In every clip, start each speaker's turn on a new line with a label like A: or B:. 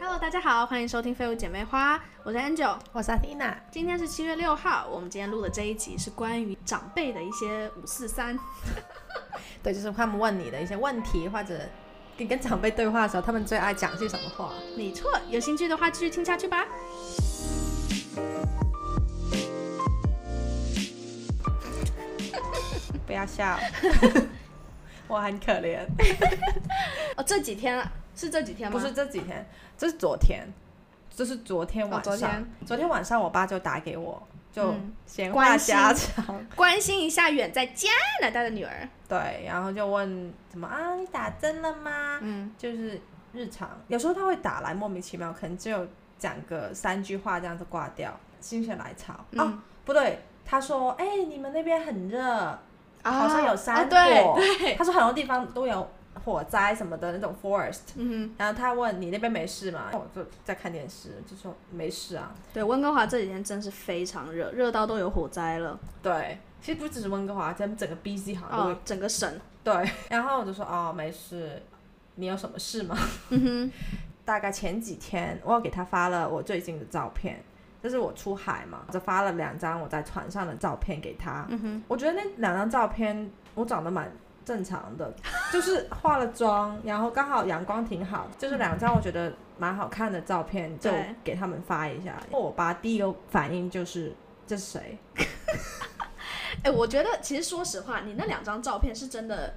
A: Hello，大家好，欢迎收听《废物姐妹花》，我是 Angel。
B: 我是 Athena，
A: 今天是七月六号，我们今天录的这一集是关于长辈的一些五四三。
B: 对，就是他们问你的一些问题，或者你跟长辈对话的时候，他们最爱讲些什么话？
A: 没错，有兴趣的话继续听下去吧。
B: 不要 笑，我很可怜。哎
A: 哦，这几天啊，是这几天吗？
B: 不是这几天，这是昨天，这是昨天晚上。
A: 哦昨天
B: 昨天晚上，我爸就打给我，就
A: 嗯
B: 闲话
A: 关心
B: 家常，
A: 关心一下远在加拿大的女儿。
B: 对，然后就问怎么啊，你打针了吗？
A: 嗯，
B: 就是日常，有时候他会打来莫名其妙，可能只有讲个三句话这样子挂掉，心血来潮。
A: 嗯
B: 哦，不对，他说，哎、你们那边很热。好像有山
A: 啊
B: 火，
A: 对对，
B: 他说很多地方都有火灾什么的那种 forest。
A: 嗯
B: 然后他问你那边没事吗？我就在看电视，就说没事啊
A: 哼。，对，温哥华这几天真是非常热，热到都有火灾了，
B: 对，其实不只是温哥华，咱们整个 BC 好像都会、
A: 哦，整个省。
B: 对。然后我就说哦没事，你有什么事吗？
A: 嗯哼，
B: 大概前几天我有给他发了我最近的照片，就是我出海嘛，我就发了两张我在船上的照片给他。
A: 嗯哼，
B: 我觉得那两张照片我长得蛮正常的，就是化了妆，然后刚好阳光挺好，就是两张我觉得蛮好看的照片，就
A: 对
B: 给他们发一下。我爸第一个反应就是这是谁？
A: 哎，我觉得其实说实话，你那两张照片是真的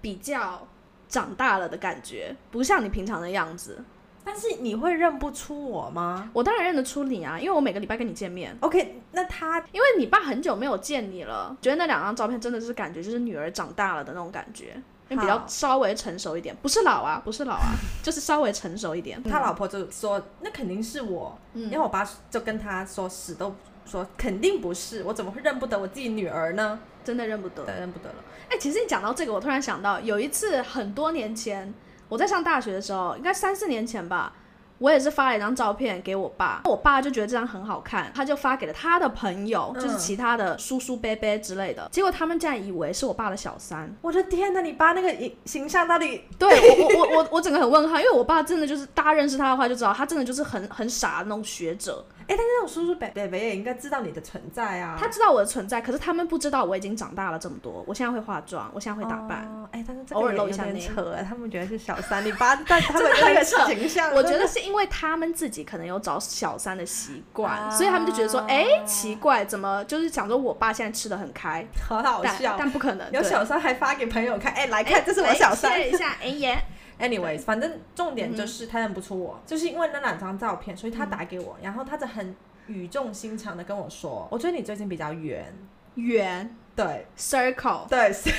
A: 比较长大了的感觉，不像你平常的样子。
B: 但是你会认不出我吗
A: 我当然认得出你啊，因为我每个礼拜跟你见面。
B: ？OK，那他
A: 因为你爸很久没有见你了，觉得那两张照片真的是感觉就是女儿长大了的那种感觉，因为比较
B: 好
A: 稍微成熟一点，不是老啊，不是老 啊，就是稍微成熟一点。
B: 他老婆就说那肯定是我，
A: 嗯，
B: 然后我爸就跟他说死都说肯定不是，我怎么会认不得我自己女儿呢？
A: 真的认不得
B: 对，。认不得了。
A: 哎、其实你讲到这个，我突然想到，有一次很多年前，我在上大学的时候，应该三四年前吧，我也是发了一张照片给我爸，我爸就觉得这张很好看，他就发给了他的朋友，就是
B: 嗯
A: 其他的叔叔伯伯之类的，结果他们竟然以为是我爸的小三。
B: 我的天呐，你爸那个形形象到底
A: 对我我我我我整个很问号，因为我爸真的就是大家认识他的话就知道，他真的就是很很傻的那种学者，
B: 哎，但是那种叔叔伯伯伯也应该知道你的存在啊。
A: 嗯他知道我的存在，可是他们不知道我已经长大了这么多，我现在会化妆，我现在会打扮。
B: 哦。哎、但是这
A: 偶
B: 个
A: 尔
B: 也
A: 露
B: 有
A: 一下
B: 点
A: 内
B: 扯哎，他们觉得是小三，你爸，但他们
A: 真的
B: 那
A: 很
B: 个
A: 扯
B: 形象，
A: 我
B: 真
A: 觉得
B: 的
A: 是因为他们自己可能有找小三的习惯，
B: 啊
A: 所以他们就觉得说，哎、奇怪，怎么就是想说我爸现在吃的很开，
B: 好好
A: 但
B: 笑。
A: 但不可能
B: 有
A: 对
B: 小三还发给朋友看，哎，来
A: 哎
B: 看，这是我
A: 来
B: 小三。
A: share 一下，哎耶，
B: Anyways，反正重点就是他认不出我，就是因为那两张照片，所以他打给我，然后他就很语重心长的跟我说，我觉得你最近比较圆，哦
A: 圆
B: 对
A: circle，
B: 对。是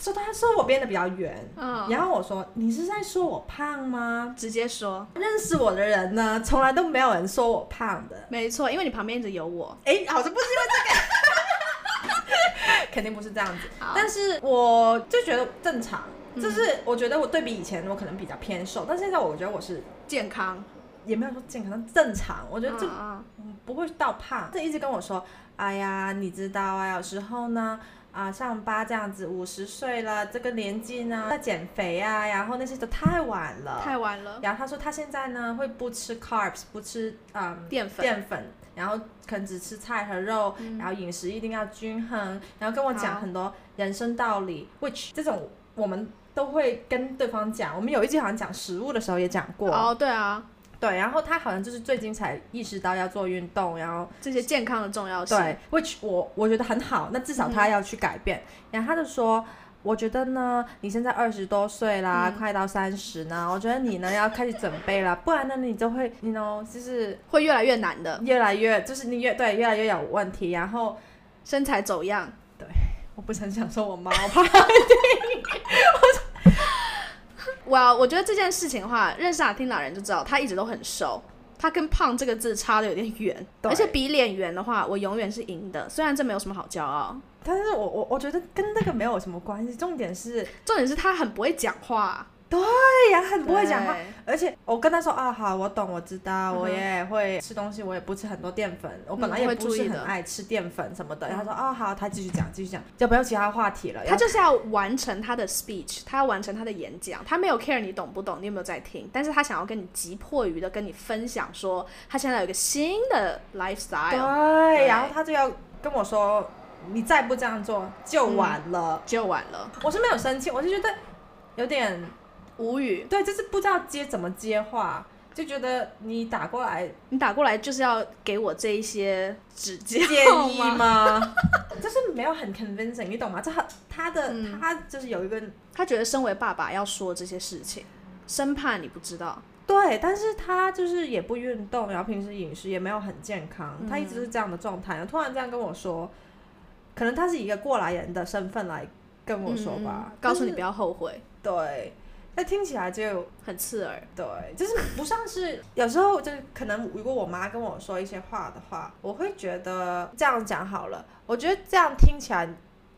B: 他说他说我变得比较圆，
A: 嗯，
B: 然后我说你是在说我胖吗？
A: 直接说，
B: 认识我的人呢，从来都没有人说我胖的。
A: 没错，因为你旁边一直有我，
B: 哎，好像不是因为这个， 肯定不是这样子。
A: 好
B: 但是我就觉得正常，
A: 嗯
B: 就是我觉得我对比以前，我可能比较偏瘦，但现在我觉得我是
A: 健康，
B: 也没有说健康，但正常。我觉得这
A: 嗯嗯
B: 嗯不会到胖。这一直跟我说，哎呀，你知道啊，有时候呢。啊，上班这样子，五十岁了，这个年纪呢，在减肥啊，然后那些都太晚了，
A: 太晚了，
B: 然后他说他现在呢会不吃 carbs，不吃嗯
A: 淀粉，嗯
B: 淀粉，然后可能只吃菜和肉，然后饮食一定要均衡，然后跟我
A: 好
B: 讲很多人生道理，which 这种我们都会跟对方讲。我们有一集好像讲食物的时候也讲过，
A: 哦，对啊，
B: 对，然后他好像就是最近才意识到要做运动，然后
A: 这些健康的重要性，
B: 对，which 我我觉得很好，那至少他要去改变。然后他就说。我觉得呢，你现在二十多岁啦，快到三十呢，我觉得你呢要开始准备了，不然呢你就会，你 know，就是
A: 会越来越难的，
B: 越来越，就是你越对越来越有问题。然后
A: 身材走样，
B: 我不是很想说我妈，我怕
A: 哇，我觉得这件事情的话，认识阿听老人就知道，他一直都很瘦，他跟胖这个字差的有点远，
B: 对
A: 而且比脸圆的话，我永远是赢的。虽然这没有什么好骄傲，
B: 但是我我我觉得跟那个没有什么关系，重点是
A: 重点是他很不会讲话，
B: 对呀，很不会讲话
A: 对。
B: 而且我跟他说啊，好，我懂，我知道，
A: 嗯哼
B: 我也会吃东西，我也不吃很多淀粉，我本来
A: 嗯
B: 也
A: 会
B: 不
A: 注
B: 是
A: 意
B: 很
A: 的嗯
B: 爱吃淀粉什么的。然后他说啊，好，他继续讲，继续讲，就不要其他话题了。
A: 他就是要完成他的 speech，他要完成他的演讲，他没有 care 你懂不懂，你有没有在听，但是他想要跟你急迫于的跟你分享说，他现在有一个新的 lifestyle，
B: 对，
A: 对
B: 哎然后他就要跟我说，你再不这样做就完了。
A: 就完了，
B: 我是没有生气，我是觉得有点
A: 无语。
B: 对，就是不知道接怎么接话，就觉得你打过来
A: 你打过来就是要给我这一些指教
B: 建议
A: 吗？
B: 吗？ 就是没有很 convincing，你懂吗？这很他的、
A: 嗯
B: 他就是有一个
A: 他觉得身为爸爸要说这些事情，生怕你不知道。
B: 对，但是他就是也不运动，然后平时饮食也没有很健康，他一直
A: 嗯
B: 是这样的状态。然后突然这样跟我说，可能他是以一个过来人的身份来跟我说吧，
A: 嗯告诉你不
B: 要
A: 要后悔，
B: 对。那听起来就
A: 很刺耳。
B: 对，就是不像是有时候就是可能，如果我妈跟我说一些话的话，我会觉得这样讲好了。我觉得这样听起来，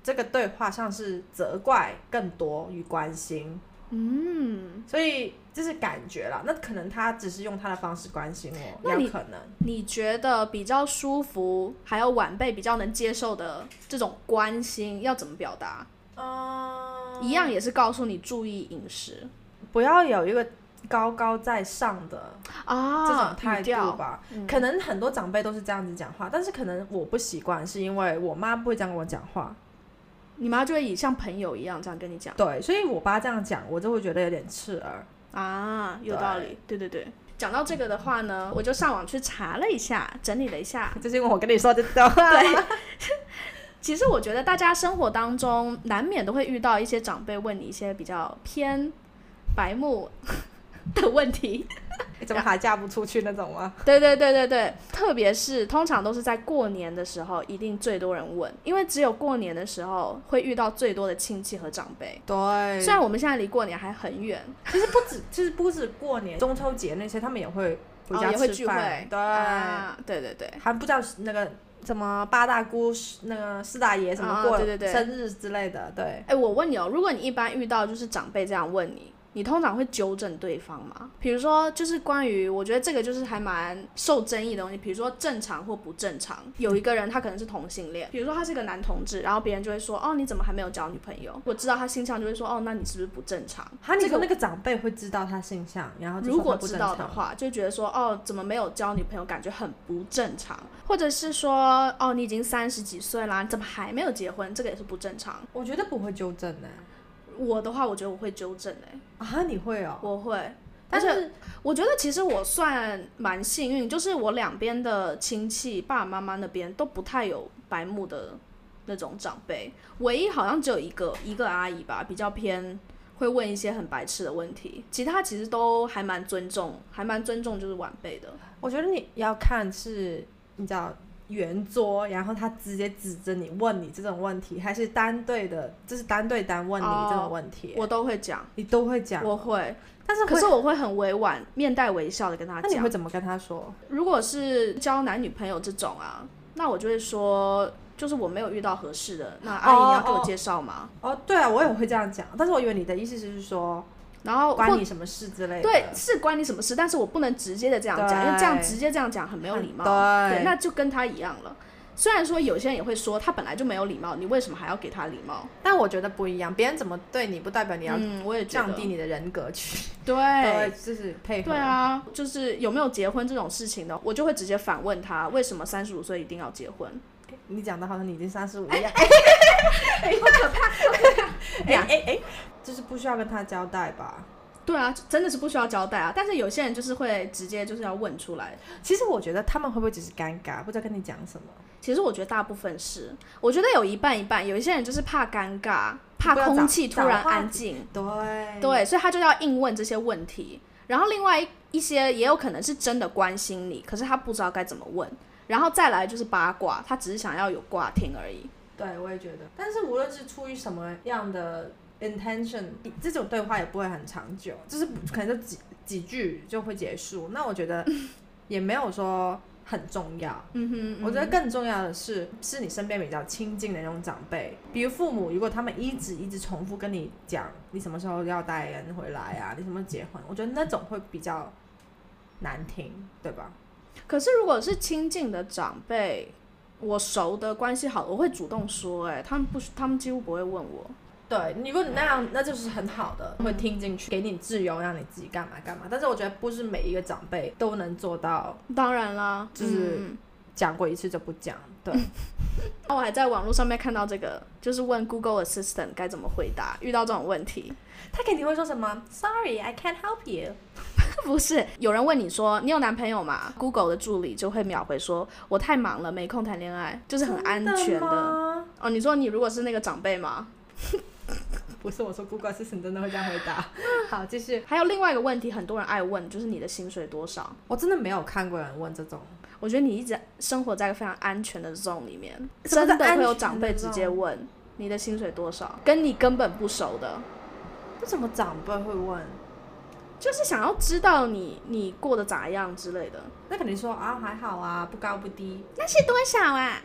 B: 这个对话像是责怪更多于关心，
A: 嗯，
B: 所以就是感觉啦。那可能她只是用她的方式关心我，
A: 那
B: 也
A: 你
B: 有可能。
A: 你觉得比较舒服，还有晚辈比较能接受的这种关心，要怎么表达？
B: 嗯，
A: 一样也是告诉你注意饮食
B: 不要有一个高高在上的这
A: 啊
B: 种态
A: 语
B: 度
A: 调
B: 吧。
A: 嗯
B: 可能很多长辈都是这样子讲话，但是可能我不习惯，是因为我妈不会这样跟我讲话。
A: 你妈就会以像朋友一样这样跟你讲
B: 对，所以我爸这样讲，我就会觉得有点刺耳。
A: 啊，有道理，对对对。讲到这个的话呢，我就上网去查了一下，整理了一下，
B: 就是因为我跟你说这 段话，对，
A: 其实我觉得大家生活当中难免都会遇到一些长辈问你一些比较偏白目 的问题。
B: 哎怎么还嫁不出去那种吗？
A: 对对对对对，特别是通常都是在过年的时候，一定最多人问，因为只有过年的时候会遇到最多的亲戚和长辈。
B: 对
A: 虽然我们现在离过年还很远，
B: 其实不止，其实不止过年、中秋节那些，他们也会回
A: 哦
B: 家
A: 也会
B: 吃
A: 聚
B: 饭，
A: 会，
B: 对，
A: 啊，对对对，
B: 还不知道是那个什么八大姑、那个四大爷什么
A: 啊
B: 过
A: 对对对
B: 生日之类的，对。
A: 哎，我问你哦，如果你一般遇到就是长辈这样问你，你通常会纠正对方吗？比如说，就是关于我觉得这个就是还蛮受争议的东西，比如说正常或不正常。有一个人他可能是同性恋，比如说他是个男同志，然后别人就会说，哦，你怎么还没有交女朋友？我知道他性向就会说，哦，那你是不是不正常？
B: 哈，你
A: 这
B: 说
A: 个
B: 那个长辈会知道他性向，然后就说
A: 如果
B: 他不
A: 知
B: 正
A: 道的
B: 常，
A: 话，就觉得说哦，怎么没有交女朋友，感觉很不正常，或者是说哦，你已经三十几岁啦，你怎么还没有结婚？这个也是不正常。
B: 我觉得不会纠正呢、欸
A: 我的话，我觉得我会纠正哎、
B: 啊，你会哦，
A: 我会，而
B: 但
A: 且
B: 是
A: 我觉得其实我算蛮幸运，就是我两边的亲戚，爸爸妈妈那边都不太有白目的那种长辈，唯一好像只有一个一个阿姨吧，比较偏会问一些很白痴的问题，其他其实都还蛮尊重，还蛮尊重就是晚辈的。
B: 我觉得你要看是，你知道圆桌，然后他直接指着你问你这种问题，还是单对的，就是单对单问你
A: 哦
B: 这种问题，
A: 我都会讲，
B: 你都会讲。
A: 我会，
B: 但是
A: 可
B: 会
A: 是我会很委婉，面带微笑的跟他
B: 那你
A: 讲
B: 会。怎么跟他说？
A: 如果是交男女朋友这种啊，那我就会说，就是我没有遇到合适的，那阿姨你要给
B: 哦
A: 我
B: 哦
A: 介绍吗？
B: 哦，对啊，我也会这样讲，但是我以为你的意思是说
A: 然后或
B: 关你什么事之类的。
A: 对，是关你什么事？但是我不能直接的这样讲，因为这样
B: 对
A: 直接这样讲很没有礼貌。
B: 嗯对
A: 那就跟他一样了。虽然说有些人也会说他本来就没有礼貌，你为什么还要给他礼貌？
B: 但我觉得不一样，别人怎么对你，不代表你要
A: 嗯，我也觉
B: 降
A: 得
B: 低你的哎人格去，
A: 对。
B: 就是配合。
A: 对，啊，就是有没有结婚这种事情的，我就会直接反问他，为什么三十五岁一定要结婚？
B: 你讲的好像你已经三 十五一样。
A: 好可怕！
B: 哎哎哎，就是不需要跟他交代吧？
A: 对啊，真的是不需要交代啊。但是有些人就是会直接就是要问出来，
B: 其实我觉得他们会不会只是尴尬，不知道跟你讲什么？
A: 其实我觉得大部分是，我觉得有一半一半，有一些人就是怕尴尬，怕
B: 不要找
A: 空气突
B: 找
A: 然
B: 话
A: 安
B: 题
A: 静，
B: 对，
A: 对，所以他就要硬问这些问题。然后另外一些也有可能是真的关心你，可是他不知道该怎么问。然后再来就是八卦，他只是想要有卦听而已。
B: 对，我也觉得。但是无论是出于什么样的 intention，这种对话也不会很长久，就是可能就几几句就会结束。那我觉得也没有说很重要。
A: 嗯哼，
B: 我觉得
A: 嗯
B: 更重要的是，是你身边比较亲近的那种长辈，比如父母，如果他们一直一直重复跟你讲你什么时候要带人回来啊，你什么时候结婚，我觉得那种会比较难听，对吧？
A: 可是如果是亲近的长辈，我熟的关系好的，我会主动说、哎，他们不，他们几乎不会问我。
B: 对，如果你那样，那就是很好的，会听进去，给你自由，让你自己干嘛干嘛。但是我觉得不是每一个长辈都能做到，
A: 当然啦，
B: 就是
A: 嗯
B: 讲过一次就不讲。对，
A: 那我还在网络上面看到这个，就是问 Google Assistant 该怎么回答遇到这种问题。
B: 他肯定会说什么，Sorry, I can't help you。
A: 不是，有人问你说你有男朋友吗？Google 的助理就会秒回说，我太忙了，没空谈恋爱，就是很安全的。
B: 吗
A: 哦，你说你如果是那个长辈吗？
B: 不是我说 Google 是真的会这样回答。 好，继续。
A: 还有另外一个问题，很多人爱问，就是你的薪水多少？
B: 我真的没有看过有人问这种，
A: 我觉得你一直生活在一个非常安全的 zone 里面，
B: 什么
A: 真
B: 叫
A: 的
B: 安
A: 会有
B: 全
A: 长
B: 的
A: 辈直接
B: zone？
A: 问你的薪水多少，跟你根本不熟的，
B: 为什么长辈会问？
A: 就是想要知道你你过得咋样之类的。
B: 那肯定说啊还好啊，不高不低。
A: 那是多少啊？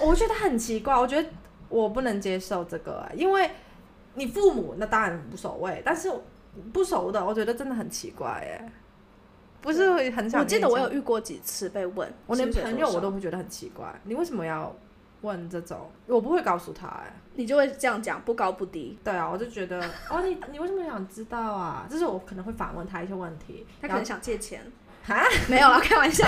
B: 我觉得很奇怪，我觉得我不能接受这个、欸，因为你父母那当然无所谓，但是不熟的，我觉得真的很奇怪、欸，哎，不是会很想。
A: 啊我记得我有，遇过几次被问，
B: 我连
A: 薪水
B: 朋
A: 多
B: 友
A: 少
B: 我都会觉得很奇怪，你为什么要问这种？我不会告诉他、欸，哎，
A: 你就会这样讲，不高不低。
B: 对啊，我就觉得哦，你你为什么想知道啊？就是我可能会反问他一些问题，
A: 他可
B: 然
A: 能
B: 后啊
A: 想借 钱，
B: 哈
A: 没有啦，开玩笑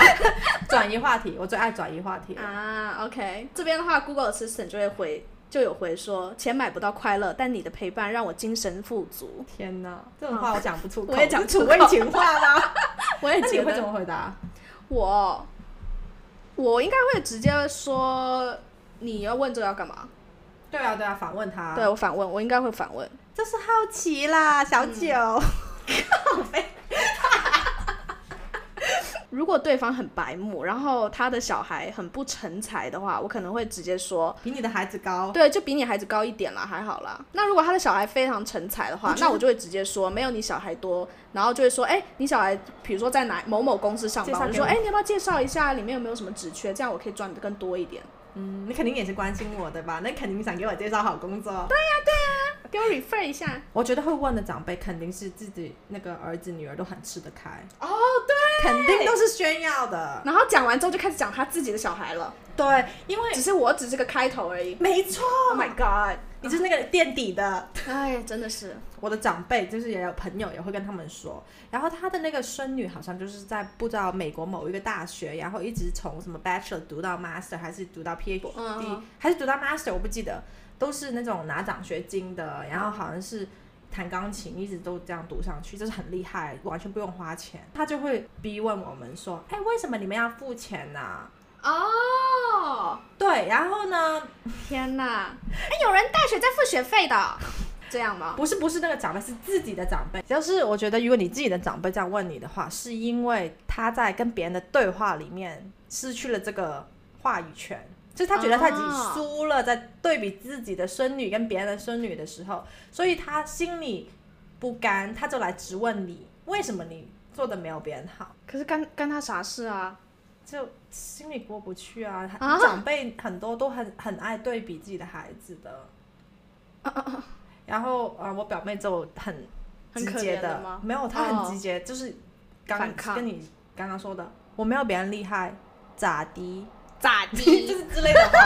B: 转移话题，我最爱转移话题 了。
A: 啊。OK，这边的话，Google Assistant 就会回，就有回说，钱买不到快乐，但你的陪伴让我精神富足。
B: 天哪，这种话我讲不出口，
A: 我也讲不出口
B: 这是土 味情话吗？
A: 我也
B: 那你
A: 觉
B: 会
A: 得
B: 怎，么回答？
A: 我我应该会直接说，你要问这个要干嘛？
B: 对啊，对啊，反问他。
A: 对我反问，我应该会反问。
B: 就是好奇啦，小九。
A: 嗯如果对方很白目，然后他的小孩很不成才的话，我可能会直接说，
B: 比你的孩子高。
A: 对，就比你孩子高一点啦，还好啦。那如果他的小孩非常成才的话
B: 我，觉得
A: 那我就会直接说没有你小孩多，然后就会说，哎，你小孩比如说在哪某某公司上
B: 介
A: 班，
B: 绍
A: 我
B: 给
A: 就说，
B: 我
A: 哎，你要不要介绍一下里面有没有什么职缺，这样我可以赚的更多一点，
B: 嗯，你肯定也是关心我对吧？那肯定想给我介绍好工作。对，
A: 给我 refer 一下。
B: 我觉得会问的长辈肯定是自己那个儿子女儿都很吃得开，
A: 哦，对。
B: 肯定都是炫耀的。
A: 然后讲完之后就开始讲他自己的小孩了，
B: 对，因为
A: 只是我只是个开头而已。
B: 没错
A: Oh my god！
B: 你就是那个垫底的。
A: 哎，真的是，
B: 我的长辈就是也有朋友也会跟他们说，然后他的那个孙女好像就是在不知道美国某一个大学，然后一直从什么 bachelor 读到 master，还是读到 PhD，、
A: 嗯
B: 还是读到 master，我不记得，都是那种拿奖学金的，然后好像是弹钢琴，一直都这样读上去，就是很厉害，完全不用花钱。他就会逼问我们说，哎，为什么你们要付钱呢、
A: 哦，
B: 对，然后呢，
A: 天哪！哎，有人大学在付学费的， 这样吗？
B: 不是不是那个长辈，是自己的长辈。就是我觉得，如果你自己的长辈这样问你的话，是因为他在跟别人的对话里面失去了这个话语权，就是他觉得他已
A: 哦
B: 经输了，在对比自己的孙女跟别人的孙女的时候，所以他心里不甘，他就来质问你，为什么你做的没有别人好，
A: 可是干干他啥事啊？
B: 就心里过不去啊。
A: 啊
B: 长辈很多都很很爱对比自己的孩子的。然后啊、呃我表妹就很
A: 很
B: 直
A: 可
B: 接
A: 怜的吗？
B: 没有，他
A: 哦
B: 很直接，就是刚
A: 反抗
B: 跟你刚刚说的，我没有别人厉害，咋 的，
A: 咋
B: 就
A: 地？
B: 是之类的话，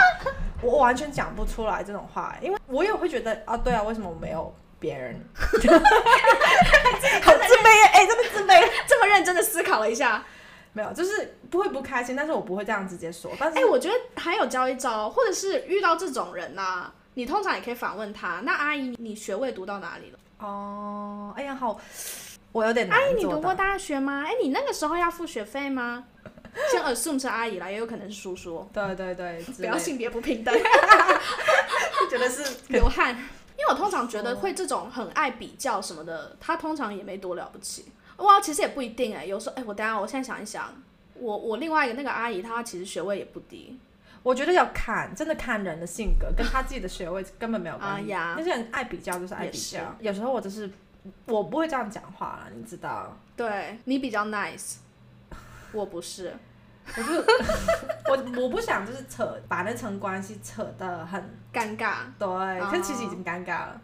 B: 我完全讲不出来这种话，欸因为我也会觉得啊，对啊，为什么我没有别人？ 好自卑耶，哎、真的自卑。
A: 这么认真的思考了一下，
B: 没有，就是不会不开心，但是我不会这样直接说，但是
A: 哎，我觉得还有教一招，或者是遇到这种人呐、啊你通常也可以反问他，那阿姨你学位读到哪里了？
B: 哦，哎呀，好，我有点难
A: 阿哎姨你
B: 做
A: 读过
B: 到。
A: 大学吗？哎，你那个时候要付学费吗？ 先 assume 是阿姨啦，也有可能是叔叔。
B: 对对对，
A: 不要
B: 信，
A: 性别不平等，
B: 觉得是
A: 流汗。因为我通常觉得会这种很爱比较什么的，他通常也没多了不起。哇，其实也不一定哎、有时候哎、我等一下我现在想一想，我我另外一个那个阿姨，她其实学位也不低，
B: 我觉得要看，真的看人的性格，跟他自己的学位根本没有关系。
A: 哎呀
B: 那些人爱比啊较就是爱比较，有时候我就是我不会这样讲话啦，你知道？
A: 对你比较 nice，我不是，
B: 我就我我不想就是扯把那层关系扯得很
A: 尴尬。
B: 对，可是其实已经尴尬了。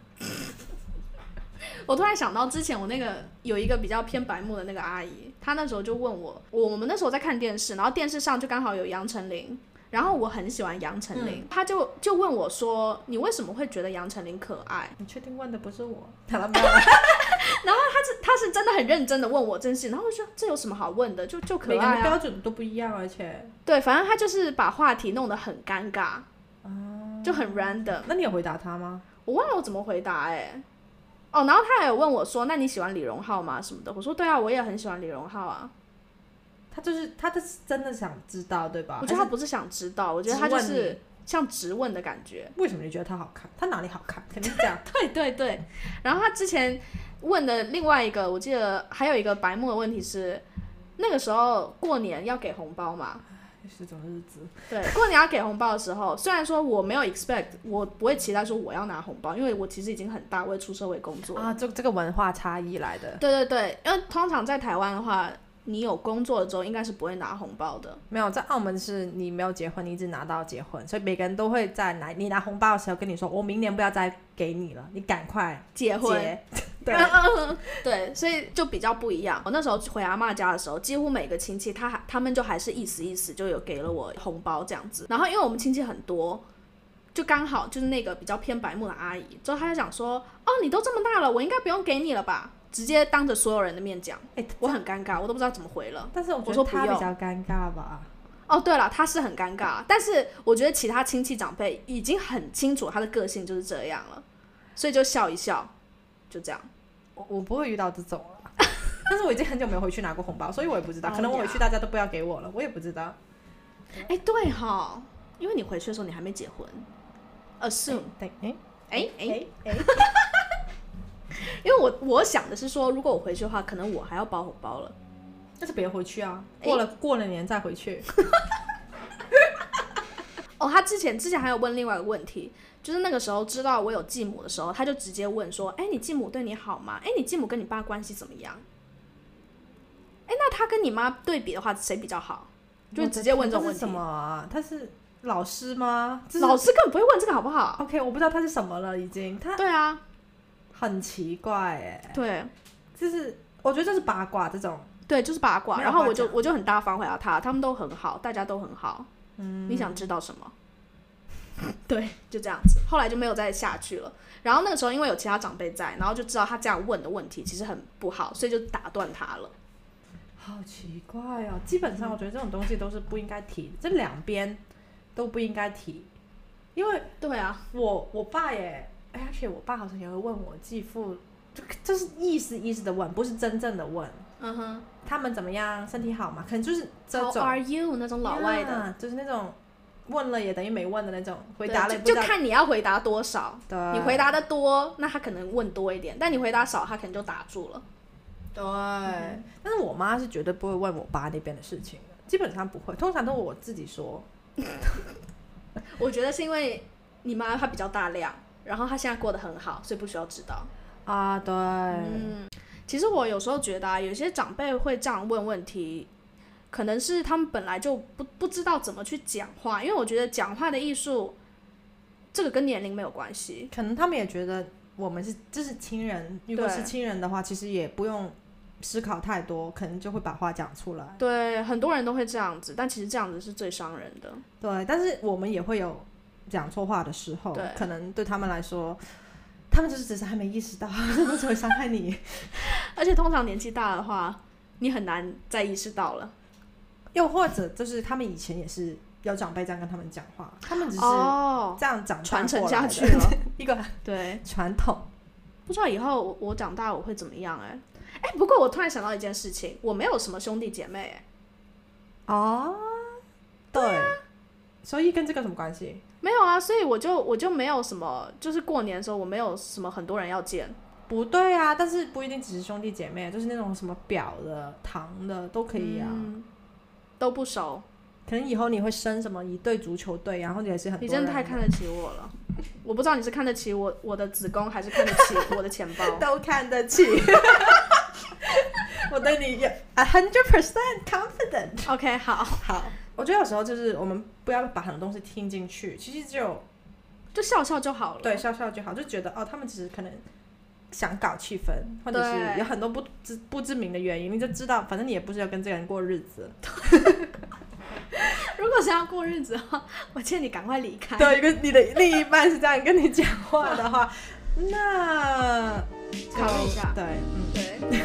A: 我突然想到之前我那个有一个比较偏白目的那个阿姨，她那时候就问我，我我们那时候在看电视，然后电视上就刚好有杨丞琳，然后我很喜欢杨丞
B: 嗯
A: 琳，她就就问我说，你为什么会觉得杨丞琳可爱？
B: 你确定问的不是我？好了没有了？
A: 她是真的很认真的问我这件事情，然后我就说这有什么好问的，就就可
B: 每个人
A: 爱
B: 的
A: 啊。
B: 标准都不一样，而且，
A: 对，反正她就是把话题弄得很尴尬，
B: 哦
A: 就很 random。
B: 那你有回答他吗？
A: 我忘了我怎么回答哎、哦，然后她还有问我说，那你喜欢李荣浩吗？什么的？我说对啊，我也很喜欢李荣浩啊。
B: 他就是他，他是真的想知道，对吧？
A: 我觉得他啊不是想知道，我觉得他就
B: 直问
A: 是像质问的感觉。。
B: 为什么你觉得他好看？他哪里好看？肯定是这样
A: 对对对。然后他之前问的另外一个，我记得还有一个白目的问题是，那个时候过年要给红包嘛？
B: 是种日子，
A: 对，过年要给红包的时候，虽然说我没有 expect，我不会期待说我要拿红包，因为我其实已经很大，我也出社会工作了。
B: 啊，这这个文化差异来的，
A: 对对对，因为通常在台湾的话，你有工作了之后，应该是不会拿红包的。
B: 没有在澳门是你没有结婚，你一直拿到结婚，所以每个人都会在拿你拿红包的时候跟你说，我明年不要再给你了，你赶快
A: 结婚，
B: 结。对，
A: 对，所以就比较不一样。我那时候回阿嬷家的时候，几乎每个亲戚他还他们就还是意思意思就有给了我红包这样子。然后因为我们亲戚很多，就刚好就是那个比较偏白目的阿姨，之后她就想说：“哦，你都这么大了，我应该不用给你了吧？”直接当着所有人的面讲，
B: 哎
A: 我很尴尬，我都不知道怎么回了。
B: 但是我
A: 我
B: 觉得
A: 说不
B: 他
A: 用
B: 比较尴尬吧。
A: 哦，对了，她是很尴尬，但是我觉得其他亲戚长辈已经很清楚她的个性就是这样了，所以就笑一笑，就这样。
B: 我我不会遇到这种了， 哦啊但是我已经很久没有回去拿过红包，所以我也不知道，可能我回去大家都不要给我了，我也不知道。
A: 哎，对哈，因为你回去的时候你还没结婚，assume，
B: 对，哎
A: 哎哎，
B: 哎哎，
A: 因为我我想的是说，如果我回去的话，可能我还要包红包了。
B: 但是别回去啊，
A: 哎
B: 过了过了年再回去。
A: 哦，他之前之前还有问另外一个问题，就是那个时候知道我有继母的时候，他就直接问说，哎，你继母对你好吗？哎，你继母跟你爸关系怎么样？哎，那他跟你妈对比的话，谁比较好？就直接问这种
B: 我
A: 问
B: 的
A: 题。
B: 天这是什么啊？他是老师吗？这是
A: 老师根本不会问这个好不好？
B: OK，我不知道他是什么了，已经他
A: 对啊，
B: 很奇怪哎、
A: 对
B: 就是我觉得这是八卦这种，
A: 对，就是八卦。
B: 没有
A: 然后
B: 话
A: 我就
B: 讲
A: 我就很大方回答他，他们都很好，大家都很好。
B: 嗯，
A: 你想知道 什么？对， 就这样子。后来就没有再下去了。然后那个时候因为有其他长辈在，然后就知道他这样问的问题其实很不好，所以就打断他了。
B: 好奇怪哦。基本上我觉得这种东西都是不应该提的，这两边都不应该提，因为
A: 对啊，
B: 我我爸也，哎，而且我爸好像也会问我继父，就就是意思意思的问，不是真正的问
A: 嗯哼
B: 他们怎么样，身体好吗？可能就是这
A: ，How
B: 种
A: are you 那种老外的，
B: 呀就是那种问了也等于没问的那种，回
A: 对
B: 答了也
A: 就
B: 不知
A: 就
B: 道。
A: 看你要回答多少。
B: 对
A: 你回答的多，那他可能问多一点；但你回答少，他可能就打住了。
B: 对，嗯但是我妈是绝对不会问我爸那边的事情的，基本上不会，通常都我自己说。
A: 我觉得是因为你妈她比较大量，然后她现在过得很好，所以不需要知道。
B: 啊，对，
A: 嗯其实我有时候觉得啊，有些长辈会这样问问题，可能是他们本来就不不知道怎么去讲话，因为我觉得讲话的艺术，这个跟年龄没有关系。
B: 可能他们也觉得我们是这是亲人，如果
A: 对
B: 是亲人的话，其实也不用思考太多，可能就会把话讲出来。
A: 对，很多人都会这样子，但其实这样子是最伤人的。
B: 对，但是我们也会有讲错话的时候
A: 对，
B: 可能对他们来说，他们就是只是还没意识到，这都只会伤害你。
A: 而且通常年纪大的话，你很难再意识到了。
B: 又或者就是他们以前也是有长辈这样跟他们讲话，他们只是
A: 哦，
B: 这样长大
A: 传承
B: 过来
A: 下
B: 的
A: 去了。
B: 一个
A: 对，
B: 传统。
A: 不知道以后我我长大我会怎么样、哎，哎，不过我突然想到一件事情，我没有什么兄弟姐妹、哎。
B: 哦，对，所以跟这个有什么关系？
A: 没有啊，所以我就我就没有什么，就是过年的时候我没有什么很多人要见。
B: 不对啊，但是不一定只是兄弟姐妹，啊就是那种什么表的、堂的都可以啊。
A: 嗯都不熟，
B: 可能以后你会升什么一队足球队，然后也是很多
A: 你真的
B: 人
A: 太看得起我了。我不知道你是看得起我 我的子宫，还是看得起我的钱包。
B: 都看得起。我对你有 a hundred percent confident。
A: OK，好，
B: 好，我觉得有时候就是我们不要把很多东西听进去，其实只有
A: 就笑笑就好了。
B: 对，笑笑就好，就觉得哦，他们只是可能想搞气氛，或者是
A: 对
B: 有很多不知不知名的原因，你就知道，反正你也不是要跟这个人过日子。
A: 如果是要过日子的话，我劝你赶快离开。
B: 对，一个你的另一半是这样跟你讲话的话，那
A: 考虑一下
B: 对，嗯。
A: 对。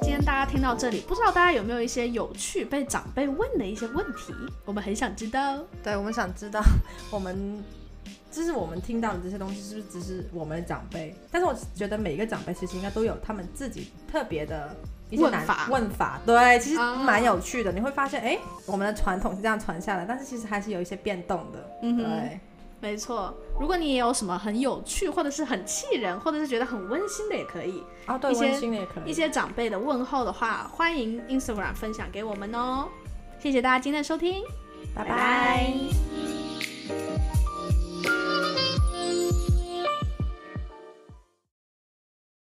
A: 今天大家听到这里，不知道大家有没有一些有趣被长辈问的一些问题，我们很想知道。
B: 对，我们想知道我们就是我们听到的这些东西是不是只是我们的长辈？但是我觉得每一个长辈其实应该都有他们自己特别的一些
A: 问
B: 难
A: 法
B: 问法，对，其实
A: 啊
B: 蛮有趣的。你会发现，哎，我们的传统是这样传下来，但是其实还是有一些变动的。
A: 嗯哼
B: 对，
A: 没错，如果你也有什么很有趣，或者是很气人，或者是觉得很温馨的，也可以。
B: 啊，对，
A: 一些
B: 温馨的也可
A: 一
B: 以。
A: 些长辈的问候的话，欢迎 Instagram 分享给我们哦。谢谢大家今天的收听，
B: 拜
A: 拜拜